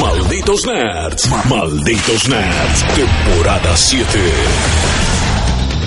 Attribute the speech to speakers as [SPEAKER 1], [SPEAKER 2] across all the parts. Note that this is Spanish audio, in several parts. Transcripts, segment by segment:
[SPEAKER 1] Malditos Nerds. Malditos Nerds. Temporada 7.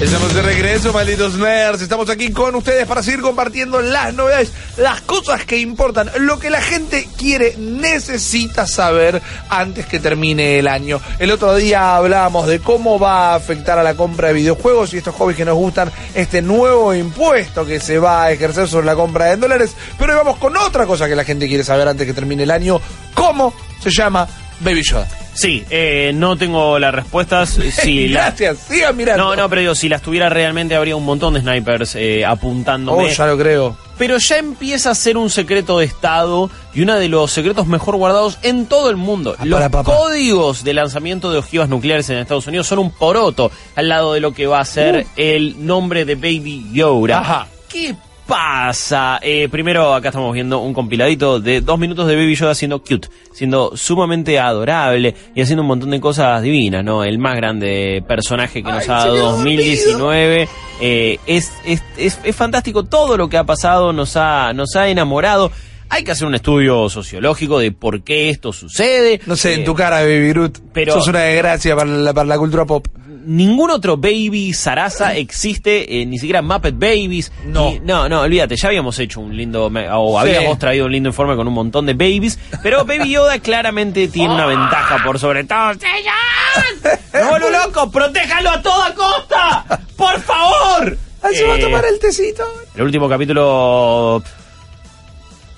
[SPEAKER 2] Estamos de regreso, malditos nerds. Estamos aquí con ustedes para seguir compartiendo las novedades, las cosas que importan, lo que la gente quiere, necesita saber antes que termine el año. El otro día hablábamos de cómo va a afectar a la compra de videojuegos y estos hobbies que nos gustan, este nuevo impuesto que se va a ejercer sobre la compra en dólares. Pero hoy vamos con otra cosa que la gente quiere saber antes que termine el año. ¿Cómo se llama Baby Yoda?
[SPEAKER 3] Sí, eh, no tengo las respuestas. eh, Si la-
[SPEAKER 2] Gracias, sigan mirando.
[SPEAKER 3] No, no, pero digo, si las tuviera realmente habría un montón de snipers eh,
[SPEAKER 2] Oh,
[SPEAKER 3] apuntándome.
[SPEAKER 2] ya lo creo.
[SPEAKER 3] Pero ya empieza a ser un secreto de Estado y uno de los secretos mejor guardados en todo el mundo.
[SPEAKER 2] Ah,
[SPEAKER 3] los
[SPEAKER 2] para, papá.
[SPEAKER 3] códigos de lanzamiento de ojivas nucleares en Estados Unidos son un poroto al lado de lo que va a ser el nombre de Baby Yoda.
[SPEAKER 2] Uh. Ajá.
[SPEAKER 3] ¿Qué pasa? Eh, primero, acá estamos viendo un compiladito de dos minutos de Baby Yoda siendo cute, siendo sumamente adorable y haciendo un montón de cosas divinas, ¿no? El más grande personaje que nos ha dado 2019. Eh, es, es, es- es fantástico todo lo que ha pasado, nos ha, nos ha enamorado. Hay que hacer un estudio sociológico de por qué esto sucede.
[SPEAKER 2] No sé, en
[SPEAKER 3] Eh,
[SPEAKER 2] tu cara, Baby Groot.
[SPEAKER 3] pero-
[SPEAKER 2] Sos una desgracia para la, para la cultura pop.
[SPEAKER 3] ningún otro baby Sarasa existe, eh, ni siquiera Muppet Babies.
[SPEAKER 2] No.
[SPEAKER 3] Y- no, no, olvídate, ya habíamos hecho un lindo, me- o
[SPEAKER 2] Sí.
[SPEAKER 3] habíamos traído un lindo informe con un montón de babies, pero Baby Yoda claramente tiene una ventaja por sobre todo. ¡Señor! ¡Me vuelvo loco! ¡Protéjalo a toda costa! ¡Por favor!
[SPEAKER 2] Ah, ¿Se va a
[SPEAKER 3] Eh,
[SPEAKER 2] tomar el tecito?
[SPEAKER 3] el último capítulo...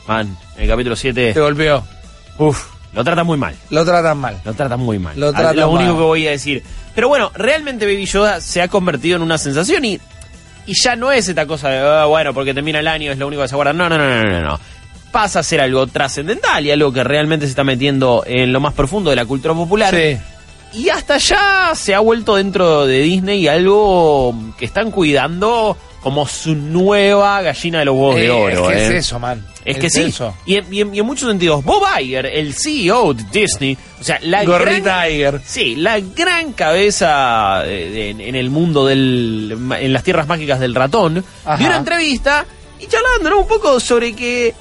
[SPEAKER 3] Man, el capítulo 7...
[SPEAKER 2] Te golpeó.
[SPEAKER 3] Uf, lo trata muy mal.
[SPEAKER 2] Lo tratan mal.
[SPEAKER 3] Lo tratan muy mal. Ah,
[SPEAKER 2] Lo
[SPEAKER 3] Lo,
[SPEAKER 2] tratan
[SPEAKER 3] único
[SPEAKER 2] mal.
[SPEAKER 3] que voy a decir. Pero bueno, realmente Baby Yoda se ha convertido en una sensación y, y ya no es esta cosa de, "Ah, bueno, porque termina el año, es lo único que se guarda. No, no, no, no, no. no. Pasa a ser algo trascendental y algo que realmente se está metiendo en lo más profundo de la cultura popular.
[SPEAKER 2] Sí.
[SPEAKER 3] Y hasta allá se ha vuelto dentro de Disney algo que están cuidando como su nueva gallina de los huevos de
[SPEAKER 2] Eh,
[SPEAKER 3] oro.
[SPEAKER 2] es que
[SPEAKER 3] eh.
[SPEAKER 2] es eso, man.
[SPEAKER 3] Es que sí.
[SPEAKER 2] eso.
[SPEAKER 3] Y en, y en- y en muchos sentidos, Bob Iger, el CEO de Disney, o sea, la
[SPEAKER 2] Gorrita
[SPEAKER 3] gran,
[SPEAKER 2] Iger.
[SPEAKER 3] Sí, la gran cabeza eh, de- en, en el mundo del en las tierras mágicas del ratón,
[SPEAKER 2] Ajá.
[SPEAKER 3] dio una entrevista y charlando ¿no? un poco sobre que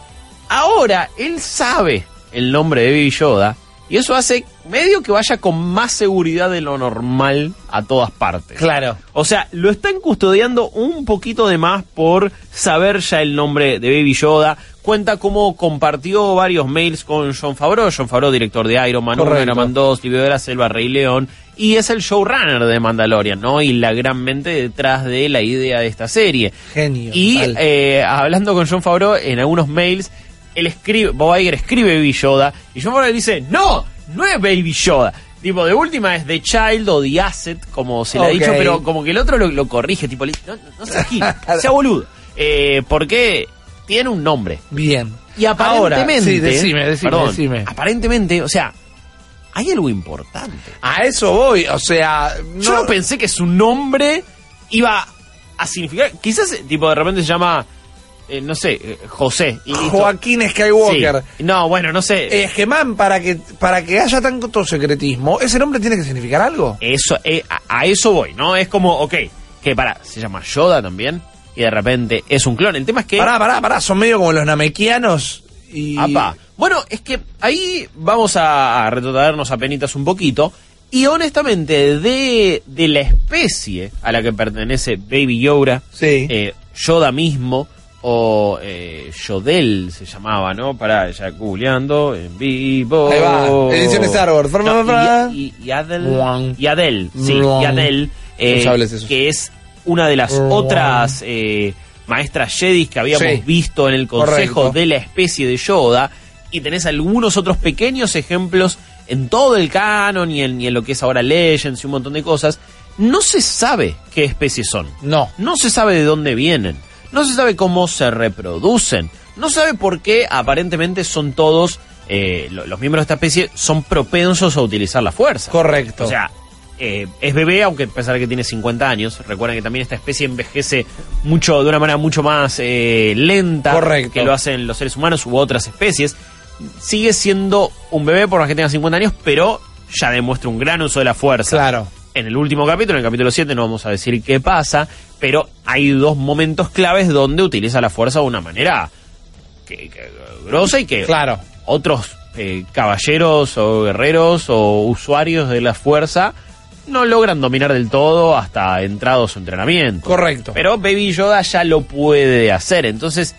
[SPEAKER 3] ahora él sabe el nombre de Baby Yoda y eso hace medio que vaya con más seguridad de lo normal a todas partes.
[SPEAKER 2] Claro.
[SPEAKER 3] O sea, lo están custodiando un poquito de más por saber ya el nombre de Baby Yoda. Cuenta cómo compartió varios mails con John Favreau. John Favreau, director de Iron Man 1,
[SPEAKER 2] Correcto.
[SPEAKER 3] Iron Man 2, Libio de la Selva, Rey León. Y es el showrunner de Mandalorian, ¿no? Y la gran mente detrás de la idea de esta serie.
[SPEAKER 2] Genio,
[SPEAKER 3] Y
[SPEAKER 2] tal.
[SPEAKER 3] eh, hablando con John Favreau en algunos mails, él escribe, Bob Iger escribe Baby Yoda y John Favreau le dice, no, no es Baby Yoda. Tipo, de última es The Child o The Asset, como se le
[SPEAKER 2] Ok.
[SPEAKER 3] ha dicho, pero como que el otro lo, lo corrige, tipo, le- no, no seas gil, sea boludo. Eh, porque tiene un nombre.
[SPEAKER 2] Bien.
[SPEAKER 3] Y aparentemente...
[SPEAKER 2] Ahora, sí, decime, decime,
[SPEAKER 3] perdón,
[SPEAKER 2] decime.
[SPEAKER 3] Aparentemente, o sea, hay algo importante.
[SPEAKER 2] A eso voy. O sea, no,
[SPEAKER 3] Yo no pensé que su nombre iba a significar. Quizás, eh, tipo, de repente se llama, eh, no sé, eh, José. Y listo.
[SPEAKER 2] Joaquín Eh.
[SPEAKER 3] Sí.
[SPEAKER 2] Skywalker.
[SPEAKER 3] No, bueno, no sé.
[SPEAKER 2] Es que, man, para que, para que haya tanto secretismo, ese nombre tiene que significar algo.
[SPEAKER 3] Eso, eh, a, a eso voy, ¿no? Es como, ok, que para, se llama Yoda también. Y de repente es un clon. El tema es que.
[SPEAKER 2] Pará, pará, pará. Son medio como los namequianos. Y...
[SPEAKER 3] Apa. Bueno, es que ahí vamos a, a retrotraernos a penitas un poquito. Y honestamente, de, de la especie a la que pertenece Baby Yoda,
[SPEAKER 2] Sí.
[SPEAKER 3] eh, Yoda mismo, o eh, Yodel se llamaba, ¿no? Para ya googleando, en vivo.
[SPEAKER 2] Ahí va, edición Star Wars. Fra, fra, fra.
[SPEAKER 3] No, y, y- y Adel.
[SPEAKER 2] Muan.
[SPEAKER 3] Y Adel, sí,
[SPEAKER 2] Muan.
[SPEAKER 3] y Adel, eh,
[SPEAKER 2] Los sables esos.
[SPEAKER 3] que es una de las
[SPEAKER 2] Muan.
[SPEAKER 3] otras eh, maestras Jedi que habíamos
[SPEAKER 2] Sí.
[SPEAKER 3] visto en el Consejo
[SPEAKER 2] Correcto.
[SPEAKER 3] de la especie de Yoda y tenés algunos otros pequeños ejemplos en todo el canon y en, y en lo que es ahora Legends y un montón de cosas, no se sabe qué especies son.
[SPEAKER 2] No.
[SPEAKER 3] No se sabe de dónde vienen. No se sabe cómo se reproducen. No se sabe por qué aparentemente son todos, eh, lo- los miembros de esta especie son propensos a utilizar la fuerza.
[SPEAKER 2] Correcto.
[SPEAKER 3] O sea, eh, es bebé, aunque a pesar de que tiene 50 años. Recuerden que también esta especie envejece mucho de una manera mucho más eh, lenta
[SPEAKER 2] Correcto.
[SPEAKER 3] que lo hacen los seres humanos u otras especies. Sigue siendo un bebé por más que tenga 50 años, pero ya demuestra un gran uso de la fuerza.
[SPEAKER 2] Claro.
[SPEAKER 3] En el último capítulo, en el capítulo 7, no vamos a decir qué pasa, pero hay dos momentos claves donde utiliza la fuerza de una manera que, que- grosa y que
[SPEAKER 2] Claro.
[SPEAKER 3] otros eh, caballeros o guerreros o usuarios de la fuerza no logran dominar del todo hasta entrado su entrenamiento.
[SPEAKER 2] Correcto.
[SPEAKER 3] Pero Baby Yoda ya lo puede hacer. Entonces,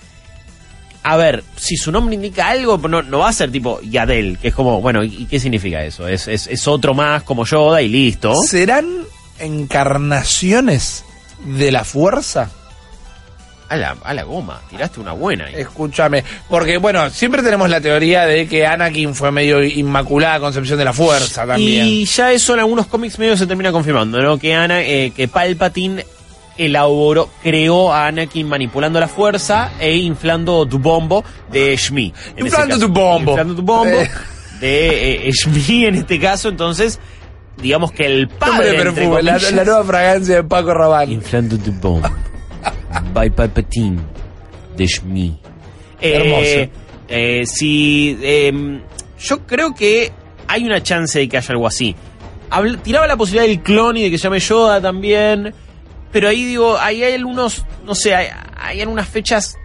[SPEAKER 3] a ver, si su nombre indica algo, no, no va a ser tipo Yadel, que es como, bueno, ¿y qué significa eso? Es, es, es otro más como Yoda y listo.
[SPEAKER 2] ¿Serán encarnaciones de la fuerza?
[SPEAKER 3] A la, a la goma, tiraste una buena. ahí.
[SPEAKER 2] Escúchame, porque bueno, siempre tenemos la teoría de que Anakin fue medio inmaculada concepción de la fuerza también.
[SPEAKER 3] Y ya eso en algunos cómics medio se termina confirmando, ¿no? Que Ana, eh, que Palpatine elaboró, creó a Anakin manipulando la fuerza e inflando tu bombo de Shmi. en ese
[SPEAKER 2] Inflando
[SPEAKER 3] caso.
[SPEAKER 2] tu bombo.
[SPEAKER 3] Inflando tu bombo
[SPEAKER 2] Eh.
[SPEAKER 3] de eh, Shmi en este caso, entonces, digamos que el
[SPEAKER 2] Nombre
[SPEAKER 3] padre
[SPEAKER 2] de
[SPEAKER 3] entre
[SPEAKER 2] perfume, la,
[SPEAKER 3] comillas,
[SPEAKER 2] la nueva fragancia de Paco Rabanne.
[SPEAKER 3] Inflando tu bombo by Palpatine de Shmi.
[SPEAKER 2] Hermoso.
[SPEAKER 3] eh, si, eh, yo creo que hay una chance de que haya algo así. Habl- tiraba la posibilidad del clon y de que se llame Yoda también. Pero ahí digo, ahí hay algunos, no sé, hay, hay algunas fechas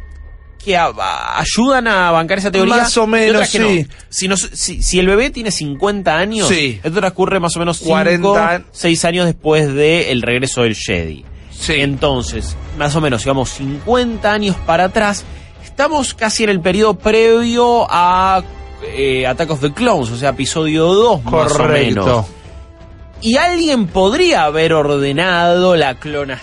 [SPEAKER 3] que a- a- ayudan a bancar esa teoría.
[SPEAKER 2] Más o
[SPEAKER 3] y
[SPEAKER 2] menos,
[SPEAKER 3] otras que no.
[SPEAKER 2] sí.
[SPEAKER 3] Si, nos- si, si el bebé tiene 50 años,
[SPEAKER 2] Sí.
[SPEAKER 3] esto transcurre más o menos
[SPEAKER 2] 40
[SPEAKER 3] 40, 6 años después del regreso del Jedi.
[SPEAKER 2] Sí.
[SPEAKER 3] Entonces, más o menos, digamos, 50 años para atrás, estamos casi en el periodo previo a eh, Attack of the Clones, o sea, episodio 2 más o menos.
[SPEAKER 2] Correcto.
[SPEAKER 3] Y alguien podría haber ordenado la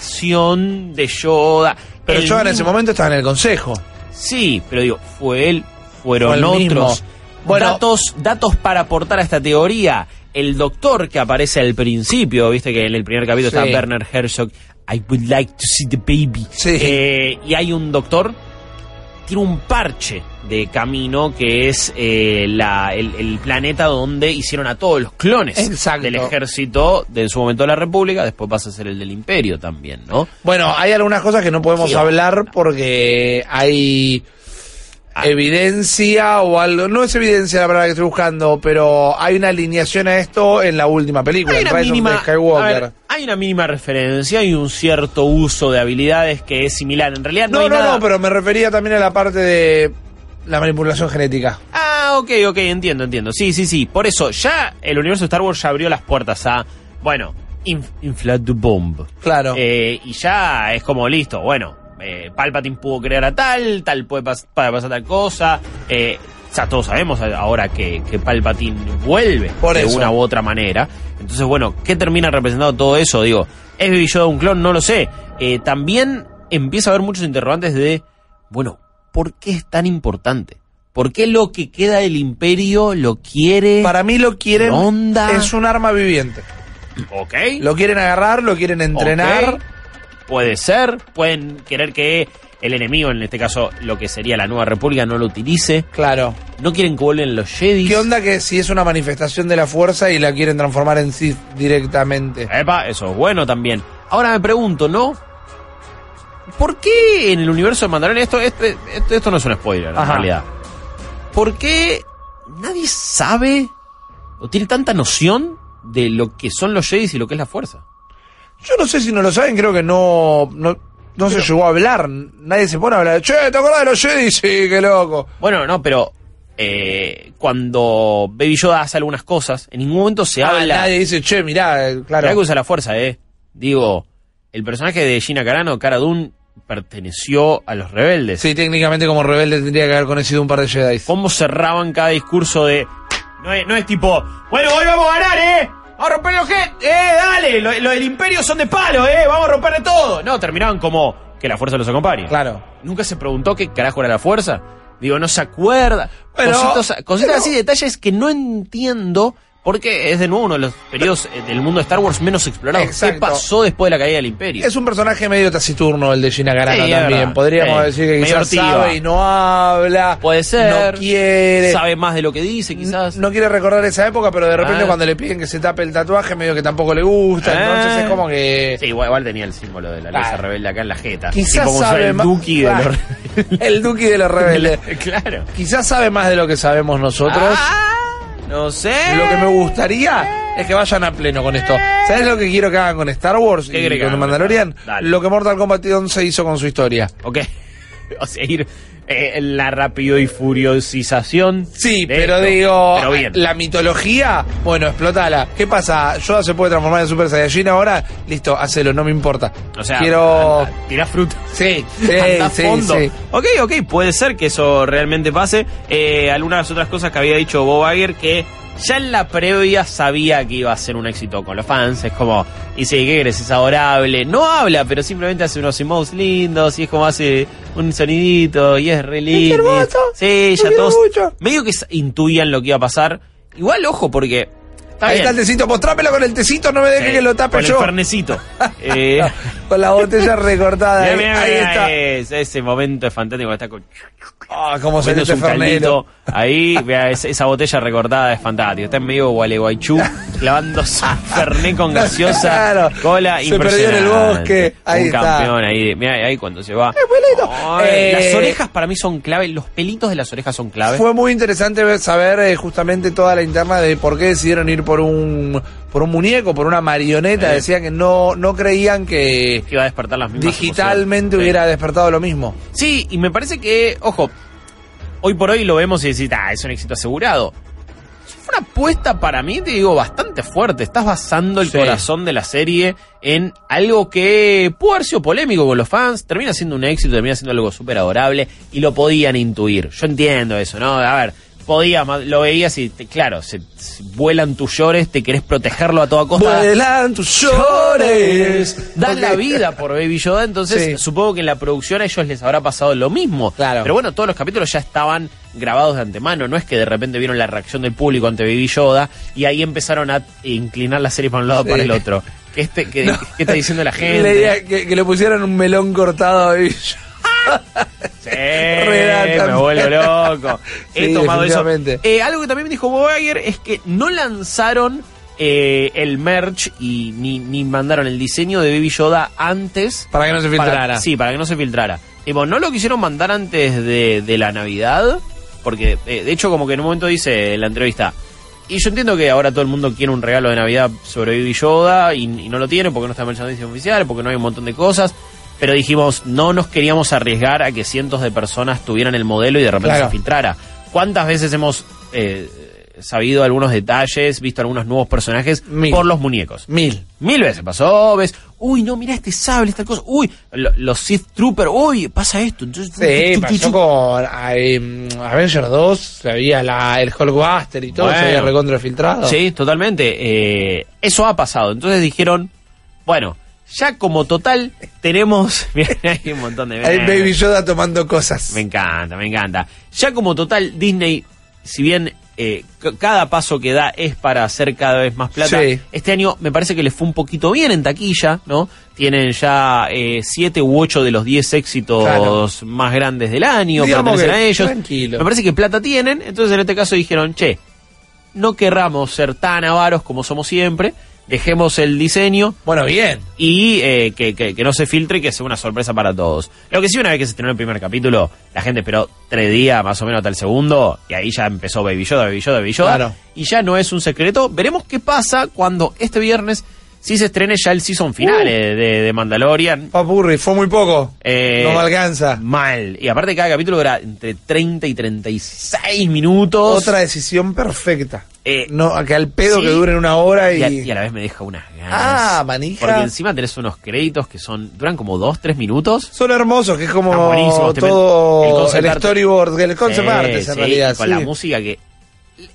[SPEAKER 3] clonación de Yoda.
[SPEAKER 2] Pero
[SPEAKER 3] El
[SPEAKER 2] yo en ese
[SPEAKER 3] mismo-
[SPEAKER 2] momento estaba en el consejo.
[SPEAKER 3] Sí, pero digo, fue él, fueron
[SPEAKER 2] Fue el mismo.
[SPEAKER 3] otros.
[SPEAKER 2] Bueno.
[SPEAKER 3] datos, datos para aportar a esta teoría. El doctor que aparece al principio, viste que en el primer capítulo
[SPEAKER 2] Sí.
[SPEAKER 3] está Werner Herzog. I would like to see the baby.
[SPEAKER 2] Sí.
[SPEAKER 3] Eh, y hay un doctor, tiene un parche de camino que es eh, la- el, el planeta donde hicieron a todos los clones
[SPEAKER 2] Exacto.
[SPEAKER 3] del ejército de en su momento de la República. Después pasa a ser el del Imperio también, ¿no?
[SPEAKER 2] Bueno, hay algunas cosas que no podemos
[SPEAKER 3] Sí.
[SPEAKER 2] hablar porque hay
[SPEAKER 3] Ah.
[SPEAKER 2] evidencia o algo. No es evidencia la palabra que estoy buscando, pero hay una alineación a esto en la última película,
[SPEAKER 3] Hay
[SPEAKER 2] en
[SPEAKER 3] una,
[SPEAKER 2] Rise of the
[SPEAKER 3] mínima,
[SPEAKER 2] Skywalker.
[SPEAKER 3] a ver, hay una mínima referencia y un cierto uso de habilidades que es similar. En realidad no,
[SPEAKER 2] no,
[SPEAKER 3] hay
[SPEAKER 2] no,
[SPEAKER 3] nada-
[SPEAKER 2] no, pero me refería también a la parte de la manipulación genética.
[SPEAKER 3] Ah, ok, ok, entiendo, entiendo. Sí, sí, sí. Por eso, ya el universo de Star Wars ya abrió las puertas a, bueno, inf inflar tu bomb.
[SPEAKER 2] Claro.
[SPEAKER 3] Eh, y ya es como listo, bueno, eh, Palpatine pudo crear a tal, tal puede pas- puede pasar tal cosa. eh, ya todos sabemos ahora que, que Palpatine vuelve
[SPEAKER 2] Por
[SPEAKER 3] de
[SPEAKER 2] eso.
[SPEAKER 3] una u otra manera. Entonces, bueno, ¿qué termina representando todo eso? Digo, ¿es Baby Yoda un clon? No lo sé. Eh, también empieza a haber muchos interrogantes de, bueno, ¿por qué es tan importante? ¿Por qué lo que queda del imperio lo quiere?
[SPEAKER 2] Para mí lo quieren.
[SPEAKER 3] Onda.
[SPEAKER 2] Es un arma viviente.
[SPEAKER 3] Ok.
[SPEAKER 2] Lo quieren agarrar, lo quieren entrenar.
[SPEAKER 3] Ok, Puede ser, pueden querer que el enemigo, en este caso lo que sería la Nueva República, no lo utilice.
[SPEAKER 2] Claro.
[SPEAKER 3] No quieren que vuelvan los Jedi.
[SPEAKER 2] ¿Qué onda que si es una manifestación de la fuerza y la quieren transformar en Sith directamente?
[SPEAKER 3] Epa, eso es bueno también. Ahora me pregunto, ¿no? ¿Por qué en el universo de Mandalorian esto, este- esto, esto no es un spoiler en
[SPEAKER 2] Ajá.
[SPEAKER 3] realidad? ¿Por qué nadie sabe o tiene tanta noción de lo que son los Jedi y lo que es la fuerza?
[SPEAKER 2] Yo no sé si no lo saben, creo que no, no, no se llegó a hablar. Nadie se pone a hablar. Che, ¿te acordás de los Jedi? Sí, qué loco.
[SPEAKER 3] Bueno, no, pero eh, cuando Baby Yoda hace algunas cosas, en ningún momento se
[SPEAKER 2] Ah,
[SPEAKER 3] habla.
[SPEAKER 2] Nadie dice, che, mirá, eh,
[SPEAKER 3] Mirá que
[SPEAKER 2] claro.
[SPEAKER 3] usa la fuerza, eh. Digo, el personaje de Gina Carano, Cara Dune, perteneció a los rebeldes.
[SPEAKER 2] Sí, técnicamente como rebelde tendría que haber conocido un par de Jedi.
[SPEAKER 3] Cómo cerraban cada discurso de... No es, no es tipo, bueno, hoy vamos a ganar, eh. Vamos a romper los jet, eh, dale, los del imperio son de palo, eh, vamos a romperle todo. No, terminaban como que la fuerza los acompañe.
[SPEAKER 2] Claro.
[SPEAKER 3] Nunca se preguntó qué carajo era la fuerza. Digo, no se acuerda.
[SPEAKER 2] Bueno,
[SPEAKER 3] cositas cositas
[SPEAKER 2] pero-
[SPEAKER 3] así, detalles que no entiendo. Porque es de nuevo uno de los periodos eh, del mundo de Star Wars menos explorados.
[SPEAKER 2] Exacto.
[SPEAKER 3] ¿Qué pasó después de la caída del Imperio?
[SPEAKER 2] Es un personaje medio taciturno el de Gina Carano
[SPEAKER 3] Sí, es
[SPEAKER 2] también.
[SPEAKER 3] verdad.
[SPEAKER 2] Podríamos
[SPEAKER 3] Sí.
[SPEAKER 2] decir que
[SPEAKER 3] Medio
[SPEAKER 2] quizás
[SPEAKER 3] ortiva.
[SPEAKER 2] sabe y no habla.
[SPEAKER 3] Puede ser.
[SPEAKER 2] No quiere.
[SPEAKER 3] Sabe más de lo que dice, quizás.
[SPEAKER 2] No quiere recordar esa época, pero de repente
[SPEAKER 3] Ah.
[SPEAKER 2] cuando le piden que se tape el tatuaje, medio que tampoco le gusta. Entonces
[SPEAKER 3] Ah.
[SPEAKER 2] es como que.
[SPEAKER 3] Sí, igual, igual tenía el símbolo de la
[SPEAKER 2] Claro.
[SPEAKER 3] Alianza Rebelde acá en la jeta.
[SPEAKER 2] Quizás
[SPEAKER 3] Tipo como usar
[SPEAKER 2] sabe
[SPEAKER 3] el
[SPEAKER 2] más-
[SPEAKER 3] Duki de
[SPEAKER 2] Claro.
[SPEAKER 3] los
[SPEAKER 2] El Duki de los rebeldes.
[SPEAKER 3] rebeldes. Claro.
[SPEAKER 2] Quizás sabe más de lo que sabemos nosotros.
[SPEAKER 3] Ah, eh. no sé.
[SPEAKER 2] Lo que me gustaría es que vayan a pleno con esto. ¿Sabes lo que quiero que hagan con Star Wars
[SPEAKER 3] ¿Qué
[SPEAKER 2] y
[SPEAKER 3] querés que
[SPEAKER 2] con
[SPEAKER 3] hagan?
[SPEAKER 2] Mandalorian?
[SPEAKER 3] Dale.
[SPEAKER 2] Lo que Mortal Kombat 11 hizo con su historia.
[SPEAKER 3] Ok. o sea, ir eh, la rápido y furiosización.
[SPEAKER 2] Sí,
[SPEAKER 3] de
[SPEAKER 2] pero
[SPEAKER 3] esto.
[SPEAKER 2] digo,
[SPEAKER 3] Pero bien.
[SPEAKER 2] la mitología, bueno, explotala. ¿Qué pasa? Yoda se puede transformar en Super Saiyajin ahora. Listo, hacelo, no me importa.
[SPEAKER 3] O sea,
[SPEAKER 2] quiero.
[SPEAKER 3] anda, tira fruta.
[SPEAKER 2] Sí, sí,
[SPEAKER 3] Anda a
[SPEAKER 2] sí,
[SPEAKER 3] fondo.
[SPEAKER 2] sí.
[SPEAKER 3] Ok, ok, puede ser que eso realmente pase. Eh, algunas otras cosas que había dicho Bob Iger que ya en la previa sabía que iba a ser un éxito con los fans. Es como, y si ¿qué crees? Es adorable. No habla, pero simplemente hace unos emotes lindos y es como hace un sonidito y es re lindo.
[SPEAKER 2] hermoso!
[SPEAKER 3] Sí,
[SPEAKER 2] Lo
[SPEAKER 3] ya
[SPEAKER 2] quiero
[SPEAKER 3] todos.
[SPEAKER 2] mucho.
[SPEAKER 3] Medio que s- intuían lo que iba a pasar. Igual, ojo, porque. Está
[SPEAKER 2] Ahí
[SPEAKER 3] bien.
[SPEAKER 2] está el tecito, postrámelo con el tecito, no me deje
[SPEAKER 3] Eh,
[SPEAKER 2] que lo tape
[SPEAKER 3] con
[SPEAKER 2] yo.
[SPEAKER 3] el fernecito. Eh,
[SPEAKER 2] Con la botella recortada. ahí,
[SPEAKER 3] mirá, mirá,
[SPEAKER 2] ahí
[SPEAKER 3] mirá,
[SPEAKER 2] está.
[SPEAKER 3] es- ese momento es fantástico. Está con.
[SPEAKER 2] Ah, como se
[SPEAKER 3] Comiéndose
[SPEAKER 2] dice
[SPEAKER 3] un caldito. Ahí, vea, es- esa botella recortada es fantástica. Está en medio Gualeguaychú, clavándose un fernet con gaseosa,
[SPEAKER 2] Claro.
[SPEAKER 3] cola,
[SPEAKER 2] Se perdió en el
[SPEAKER 3] impresionante.
[SPEAKER 2] bosque. Ahí
[SPEAKER 3] un
[SPEAKER 2] está.
[SPEAKER 3] campeón ahí. Mira, ahí cuando se va.
[SPEAKER 2] Abuelito.
[SPEAKER 3] Ay,
[SPEAKER 2] Eh,
[SPEAKER 3] las orejas para mí son clave. Los pelitos de las orejas son clave.
[SPEAKER 2] Fue muy interesante ver- saber eh, justamente toda la interna de por qué decidieron ir por un por un muñeco, por una marioneta.
[SPEAKER 3] Eh.
[SPEAKER 2] Decían que no, no creían que
[SPEAKER 3] Que iba a despertar las mismas
[SPEAKER 2] digitalmente
[SPEAKER 3] emociones.
[SPEAKER 2] hubiera despertado lo mismo.
[SPEAKER 3] Sí, y me parece que, ojo, hoy por hoy lo vemos y decís, ah, es un éxito asegurado. Fue una apuesta para mí, te digo, bastante fuerte. Estás basando el
[SPEAKER 2] Sí.
[SPEAKER 3] corazón de la serie en algo que pudo haber sido polémico con los fans, termina siendo un éxito, termina siendo algo súper adorable y lo podían intuir. Yo entiendo eso, ¿no? A ver, podías, ma- lo veías y, te- claro, se, se vuelan tus llores, te querés protegerlo a toda costa
[SPEAKER 2] Vuelan tus llores.
[SPEAKER 3] dan
[SPEAKER 2] Ok.
[SPEAKER 3] la vida por Baby Yoda, entonces
[SPEAKER 2] Sí.
[SPEAKER 3] supongo que en la producción a ellos les habrá pasado lo mismo.
[SPEAKER 2] Claro.
[SPEAKER 3] Pero bueno, todos los capítulos ya estaban grabados de antemano, no es que de repente vieron la reacción del público ante Baby Yoda y ahí empezaron a inclinar la serie para un lado
[SPEAKER 2] Sí.
[SPEAKER 3] para el otro. ¿Qué, este, qué- qué está diciendo la gente?
[SPEAKER 2] Leía que, que le pusieran un melón cortado ahí.
[SPEAKER 3] Sí,
[SPEAKER 2] Redactan.
[SPEAKER 3] me vuelvo loco. He
[SPEAKER 2] Sí,
[SPEAKER 3] tomado eso.
[SPEAKER 2] definitivamente.
[SPEAKER 3] Eh, algo que también me dijo Bob Iger es que no lanzaron eh, el merch y ni, ni mandaron el diseño de Baby Yoda antes.
[SPEAKER 2] Para que no se
[SPEAKER 3] para-
[SPEAKER 2] filtrara.
[SPEAKER 3] sí, para que no se filtrara. Tipo, no lo quisieron mandar antes de, de la Navidad, porque eh, de hecho como que en un momento dice en la entrevista, y yo entiendo que ahora todo el mundo quiere un regalo de Navidad sobre Baby Yoda y, y no lo tiene porque no está en merchandising oficial, porque no hay un montón de cosas. Pero dijimos, no nos queríamos arriesgar a que cientos de personas tuvieran el modelo y de repente
[SPEAKER 2] Claro.
[SPEAKER 3] se filtrara. ¿Cuántas veces hemos eh, sabido algunos detalles, visto algunos nuevos personajes
[SPEAKER 2] Mil.
[SPEAKER 3] por los muñecos?
[SPEAKER 2] Mil.
[SPEAKER 3] Mil veces pasó, ves, uy, no, mira este sable, esta cosa, uy, lo- los Sith Trooper, uy, pasa esto. entonces-
[SPEAKER 2] Sí,
[SPEAKER 3] chu, chu,
[SPEAKER 2] pasó
[SPEAKER 3] chu.
[SPEAKER 2] con eh, Avengers 2, había la, el Hulkbuster y todo, se
[SPEAKER 3] Bueno.
[SPEAKER 2] había recontrafiltrado.
[SPEAKER 3] Sí, totalmente. eh, eso ha pasado. Entonces dijeron, bueno, ya como total tenemos... Mirá, hay un montón de...
[SPEAKER 2] El Baby Yoda tomando cosas.
[SPEAKER 3] Me encanta, me encanta. Ya como total, Disney, si bien eh, c- cada paso que da es para hacer cada vez más plata,
[SPEAKER 2] Sí.
[SPEAKER 3] este año me parece que les fue un poquito bien en taquilla, ¿no? Tienen ya 7 u 8 de los 10 éxitos
[SPEAKER 2] Claro.
[SPEAKER 3] más grandes del año,
[SPEAKER 2] Digamos
[SPEAKER 3] pertenecen
[SPEAKER 2] que
[SPEAKER 3] a ellos.
[SPEAKER 2] tranquilo.
[SPEAKER 3] Me parece que plata tienen, entonces en este caso dijeron, che, no querramos ser tan avaros como somos siempre, dejemos el diseño,
[SPEAKER 2] Bueno, bien.
[SPEAKER 3] y eh, que, que- que no se filtre y que sea una sorpresa para todos. Lo que sí, una vez que se estrenó el primer capítulo, la gente esperó tres días más o menos hasta el segundo y ahí ya empezó Baby Yoda, Baby Yoda, Baby Yoda.
[SPEAKER 2] Claro.
[SPEAKER 3] Y ya no es un secreto. Veremos qué pasa cuando este viernes sí se estrene ya el season final
[SPEAKER 2] Uh.
[SPEAKER 3] eh, de, de Mandalorian.
[SPEAKER 2] Papurri, fue muy poco.
[SPEAKER 3] Eh,
[SPEAKER 2] no me alcanza.
[SPEAKER 3] Mal. Y aparte cada capítulo era entre 30 y 36 minutos.
[SPEAKER 2] Otra decisión perfecta.
[SPEAKER 3] Eh,
[SPEAKER 2] no, que al pedo
[SPEAKER 3] sí.
[SPEAKER 2] que duren una hora y.
[SPEAKER 3] Y a, y a la vez me deja unas ganas.
[SPEAKER 2] Ah, manija.
[SPEAKER 3] Porque encima tenés unos créditos que son duran como 2, 3 minutos.
[SPEAKER 2] Son hermosos, que es como
[SPEAKER 3] Están buenísimos, te met- el
[SPEAKER 2] todo
[SPEAKER 3] concept
[SPEAKER 2] el,
[SPEAKER 3] art.
[SPEAKER 2] storyboard, el concept
[SPEAKER 3] Sí,
[SPEAKER 2] art es en
[SPEAKER 3] sí,
[SPEAKER 2] realidad.
[SPEAKER 3] y Con
[SPEAKER 2] sí.
[SPEAKER 3] la música que.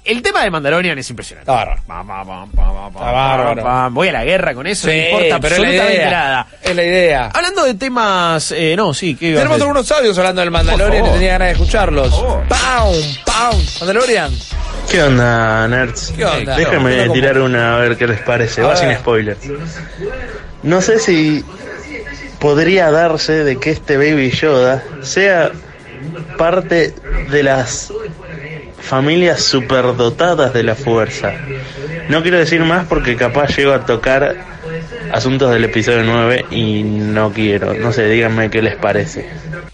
[SPEAKER 3] El tema de Mandalorian es impresionante.
[SPEAKER 2] Está bárbaro.
[SPEAKER 3] Pam, pam, pam, pam, pam,
[SPEAKER 2] Está
[SPEAKER 3] pam,
[SPEAKER 2] bárbaro.
[SPEAKER 3] pam. Voy a la guerra con eso,
[SPEAKER 2] Sí,
[SPEAKER 3] no importa
[SPEAKER 2] pero es la
[SPEAKER 3] absolutamente
[SPEAKER 2] idea.
[SPEAKER 3] nada.
[SPEAKER 2] Es la idea.
[SPEAKER 3] Hablando de temas. eh, no, sí, que.
[SPEAKER 2] Tenemos algunos sabios hablando del Mandalorian
[SPEAKER 3] Por
[SPEAKER 2] y
[SPEAKER 3] favor.
[SPEAKER 2] tenía ganas de escucharlos. ¡Pam! ¡Pam! Mandalorian.
[SPEAKER 4] ¿Qué onda, nerds?
[SPEAKER 2] ¿Qué onda?
[SPEAKER 4] Déjenme
[SPEAKER 2] Como-
[SPEAKER 4] tirar una a ver qué les parece,
[SPEAKER 2] A
[SPEAKER 4] va
[SPEAKER 2] ver.
[SPEAKER 4] sin spoilers. No sé si podría darse de que este Baby Yoda sea parte de las familias superdotadas de la fuerza. No quiero decir más porque capaz llego a tocar asuntos del episodio 9 y no quiero. No sé, díganme qué les parece.
[SPEAKER 3] Hmm.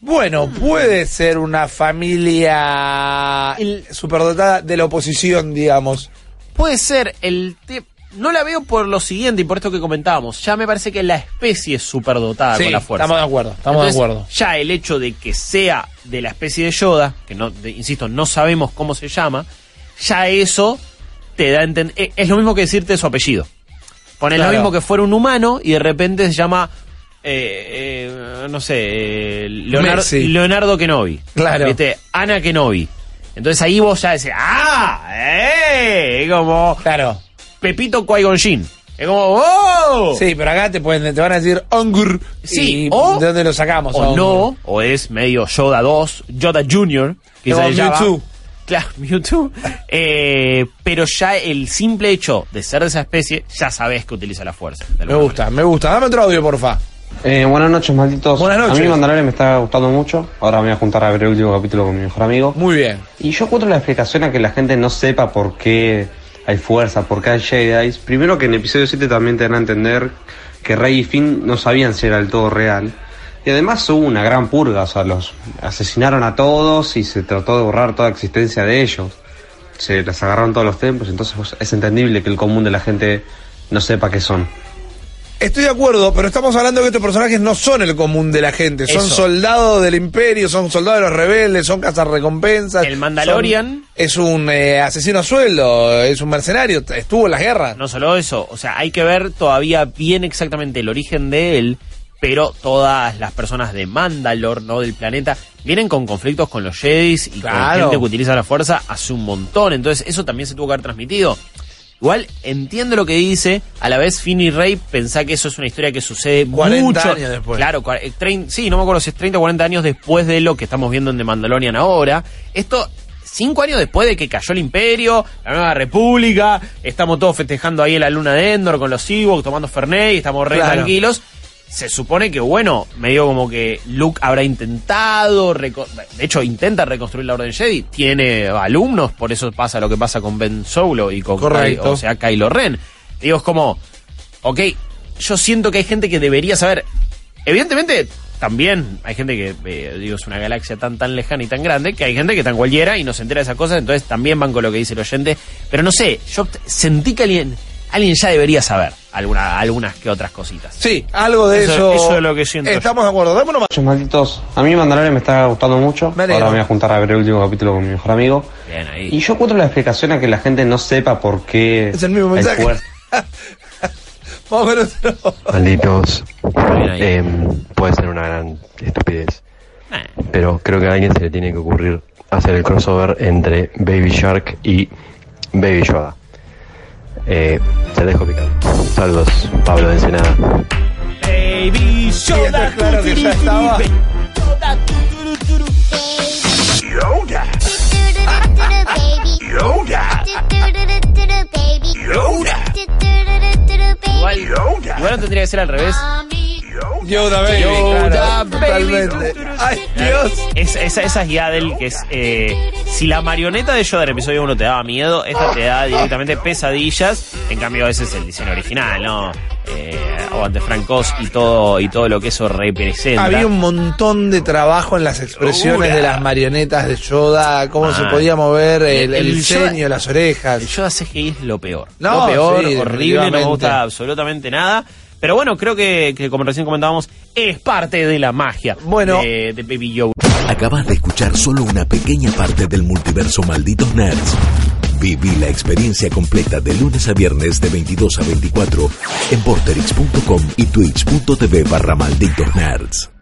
[SPEAKER 2] Bueno, puede ser una familia superdotada de la oposición, digamos.
[SPEAKER 3] Puede ser el tema. No la veo por lo siguiente y por esto que comentábamos. Ya me parece que la especie es superdotada
[SPEAKER 2] Sí,
[SPEAKER 3] Ah, con la fuerza.
[SPEAKER 2] estamos de acuerdo, estamos de
[SPEAKER 3] Entonces,
[SPEAKER 2] acuerdo.
[SPEAKER 3] Ya el hecho de que sea de la especie de Yoda, que no, de- insisto, no sabemos cómo se llama, ya eso te da a enten- e- Es lo mismo que decirte su apellido. Poner
[SPEAKER 2] Claro.
[SPEAKER 3] lo mismo que fuera un humano y de repente se llama. eh, eh, no sé, eh, Leonardo,
[SPEAKER 2] Messi.
[SPEAKER 3] Leonardo Kenobi.
[SPEAKER 2] Claro.
[SPEAKER 3] ¿Viste? Ana Kenobi. Entonces ahí vos ya decís, ¡ah! ¡Eh! Como
[SPEAKER 2] Claro.
[SPEAKER 3] Pepito Qui-Gon Jinn. Es como, ¡oh!
[SPEAKER 2] Sí, pero acá te, pueden, te van a decir Ongur.
[SPEAKER 3] Sí,
[SPEAKER 2] y
[SPEAKER 3] o-
[SPEAKER 2] ¿De dónde lo sacamos? a
[SPEAKER 3] o
[SPEAKER 2] Ongur?
[SPEAKER 3] no, o es medio Yoda 2, Yoda Junior, que
[SPEAKER 2] O
[SPEAKER 3] se llama-
[SPEAKER 2] Mewtwo.
[SPEAKER 3] Claro, Mewtwo. Eh, pero ya el simple hecho de ser de esa especie, ya sabes que utiliza la fuerza. de
[SPEAKER 2] Me
[SPEAKER 3] alguna
[SPEAKER 2] gusta, me gusta. Dame otro audio, porfa.
[SPEAKER 5] Eh, buenas noches, malditos.
[SPEAKER 2] Buenas noches.
[SPEAKER 5] A mí Mandalorian me está gustando mucho. Ahora me voy a juntar a ver el último capítulo con mi mejor amigo.
[SPEAKER 2] Muy bien.
[SPEAKER 5] Y yo encuentro la explicación a que la gente no sepa por qué hay fuerza, por qué hay Jedi. Primero que en episodio 7 también te dan a entender que Rey y Finn no sabían si era del todo real. Y además hubo una gran purga, o sea, los asesinaron a todos y se trató de borrar toda existencia de ellos. Se las agarraron todos los templos, entonces pues, es entendible que el común de la gente no sepa qué son.
[SPEAKER 2] Estoy de acuerdo, pero estamos hablando de que estos personajes no son el común de la gente. Son
[SPEAKER 3] Eso.
[SPEAKER 2] soldados del imperio, son soldados de los rebeldes, son cazarrecompensas.
[SPEAKER 3] El Mandalorian.
[SPEAKER 2] son- es un eh, asesino a sueldo, es un mercenario, t- estuvo en las guerras.
[SPEAKER 3] No solo eso, o sea, hay que ver todavía bien exactamente el origen de él, pero todas las personas de Mandalor, ¿no? Del planeta, vienen con conflictos con los Jedis y
[SPEAKER 2] Claro.
[SPEAKER 3] con gente que utiliza la fuerza hace un montón. Entonces, eso también se tuvo que haber transmitido. Igual entiendo lo que dice, a la vez Finn y Rey pensá que eso es una historia que sucede
[SPEAKER 2] 40
[SPEAKER 3] mucho.
[SPEAKER 2] años después.
[SPEAKER 3] Claro, cua- eh, trein- sí, no me acuerdo si es 30 o 40 años después de lo que estamos viendo en The Mandalorian ahora. Esto, cinco años después de que cayó el Imperio, la Nueva República, estamos todos festejando ahí en la luna de Endor con los Ewoks, tomando Fernet y estamos re
[SPEAKER 2] Claro.
[SPEAKER 3] tranquilos. Se supone que, bueno, medio como que Luke habrá intentado, reco- de hecho intenta reconstruir la Orden Jedi, tiene alumnos, por eso pasa lo que pasa con Ben Solo y con
[SPEAKER 2] Correcto.
[SPEAKER 3] Ky- o sea, Kylo Ren. Digo, es como, ok, yo siento que hay gente que debería saber. Evidentemente, también hay gente que, eh, digo, es una galaxia tan tan lejana y tan grande que hay gente que tan cualquiera y no se entera de esas cosas, entonces también van con lo que dice el oyente. Pero no sé, yo t- sentí que alguien, alguien ya debería saber alguna, algunas que otras cositas.
[SPEAKER 2] Sí, algo de eso.
[SPEAKER 3] Eso- eso es lo que siento
[SPEAKER 2] Estamos de acuerdo. Dame uno más.
[SPEAKER 5] noches, malditos. A mí Mandalorian me está gustando mucho.
[SPEAKER 2] Me alegro.
[SPEAKER 5] Ahora me voy a juntar a ver el último capítulo con mi mejor amigo.
[SPEAKER 3] Bien ahí.
[SPEAKER 5] Y yo encuentro la explicación a que la gente no sepa por qué.
[SPEAKER 2] Es el mismo
[SPEAKER 5] hay
[SPEAKER 2] mensaje.
[SPEAKER 5] fuerza.
[SPEAKER 2] Vamos con otro.
[SPEAKER 6] Malditos.
[SPEAKER 3] Bien ahí.
[SPEAKER 6] Em, puede ser una gran estupidez.
[SPEAKER 3] Eh,
[SPEAKER 6] Pero creo que a alguien se le tiene que ocurrir hacer el crossover entre Baby Shark y Baby Yoda. Eh, te dejo picando. Saludos, Pablo de Ensenada.
[SPEAKER 3] Baby
[SPEAKER 2] Sí, está claro que ya estaba.
[SPEAKER 3] Igual, igual no tendría que ser al revés.
[SPEAKER 2] Yoda Baby.
[SPEAKER 3] Yoda
[SPEAKER 2] claro,
[SPEAKER 3] Baby.
[SPEAKER 2] totalmente. Ay, Dios.
[SPEAKER 3] Es, esa, esa es Yaddle, que es. eh, si la marioneta de Yoda en episodio 1 te daba miedo, esta te da directamente pesadillas. En cambio, ese es el diseño original, ¿no? Eh, aguante francos y todo, y todo lo que eso representa.
[SPEAKER 2] Había un montón de trabajo en las expresiones de las marionetas de Yoda, cómo se
[SPEAKER 3] Ah.
[SPEAKER 2] podía mover el, el
[SPEAKER 3] El
[SPEAKER 2] ceño,
[SPEAKER 3] Yoda-
[SPEAKER 2] las orejas.
[SPEAKER 3] El Yoda CGI es lo peor.
[SPEAKER 2] No,
[SPEAKER 3] lo peor,
[SPEAKER 2] sí,
[SPEAKER 3] horrible, no me
[SPEAKER 2] definitivamente.
[SPEAKER 3] gusta absolutamente nada. Pero bueno, creo que, que como recién comentábamos, es parte de la magia
[SPEAKER 2] Bueno.
[SPEAKER 3] de, de Baby Yoda.
[SPEAKER 1] Acabas de escuchar solo una pequeña parte del multiverso Malditos Nerds. Viví la experiencia completa de lunes a viernes de 22 a 24 en porterix.com y twitch.tv barra Malditos Nerds.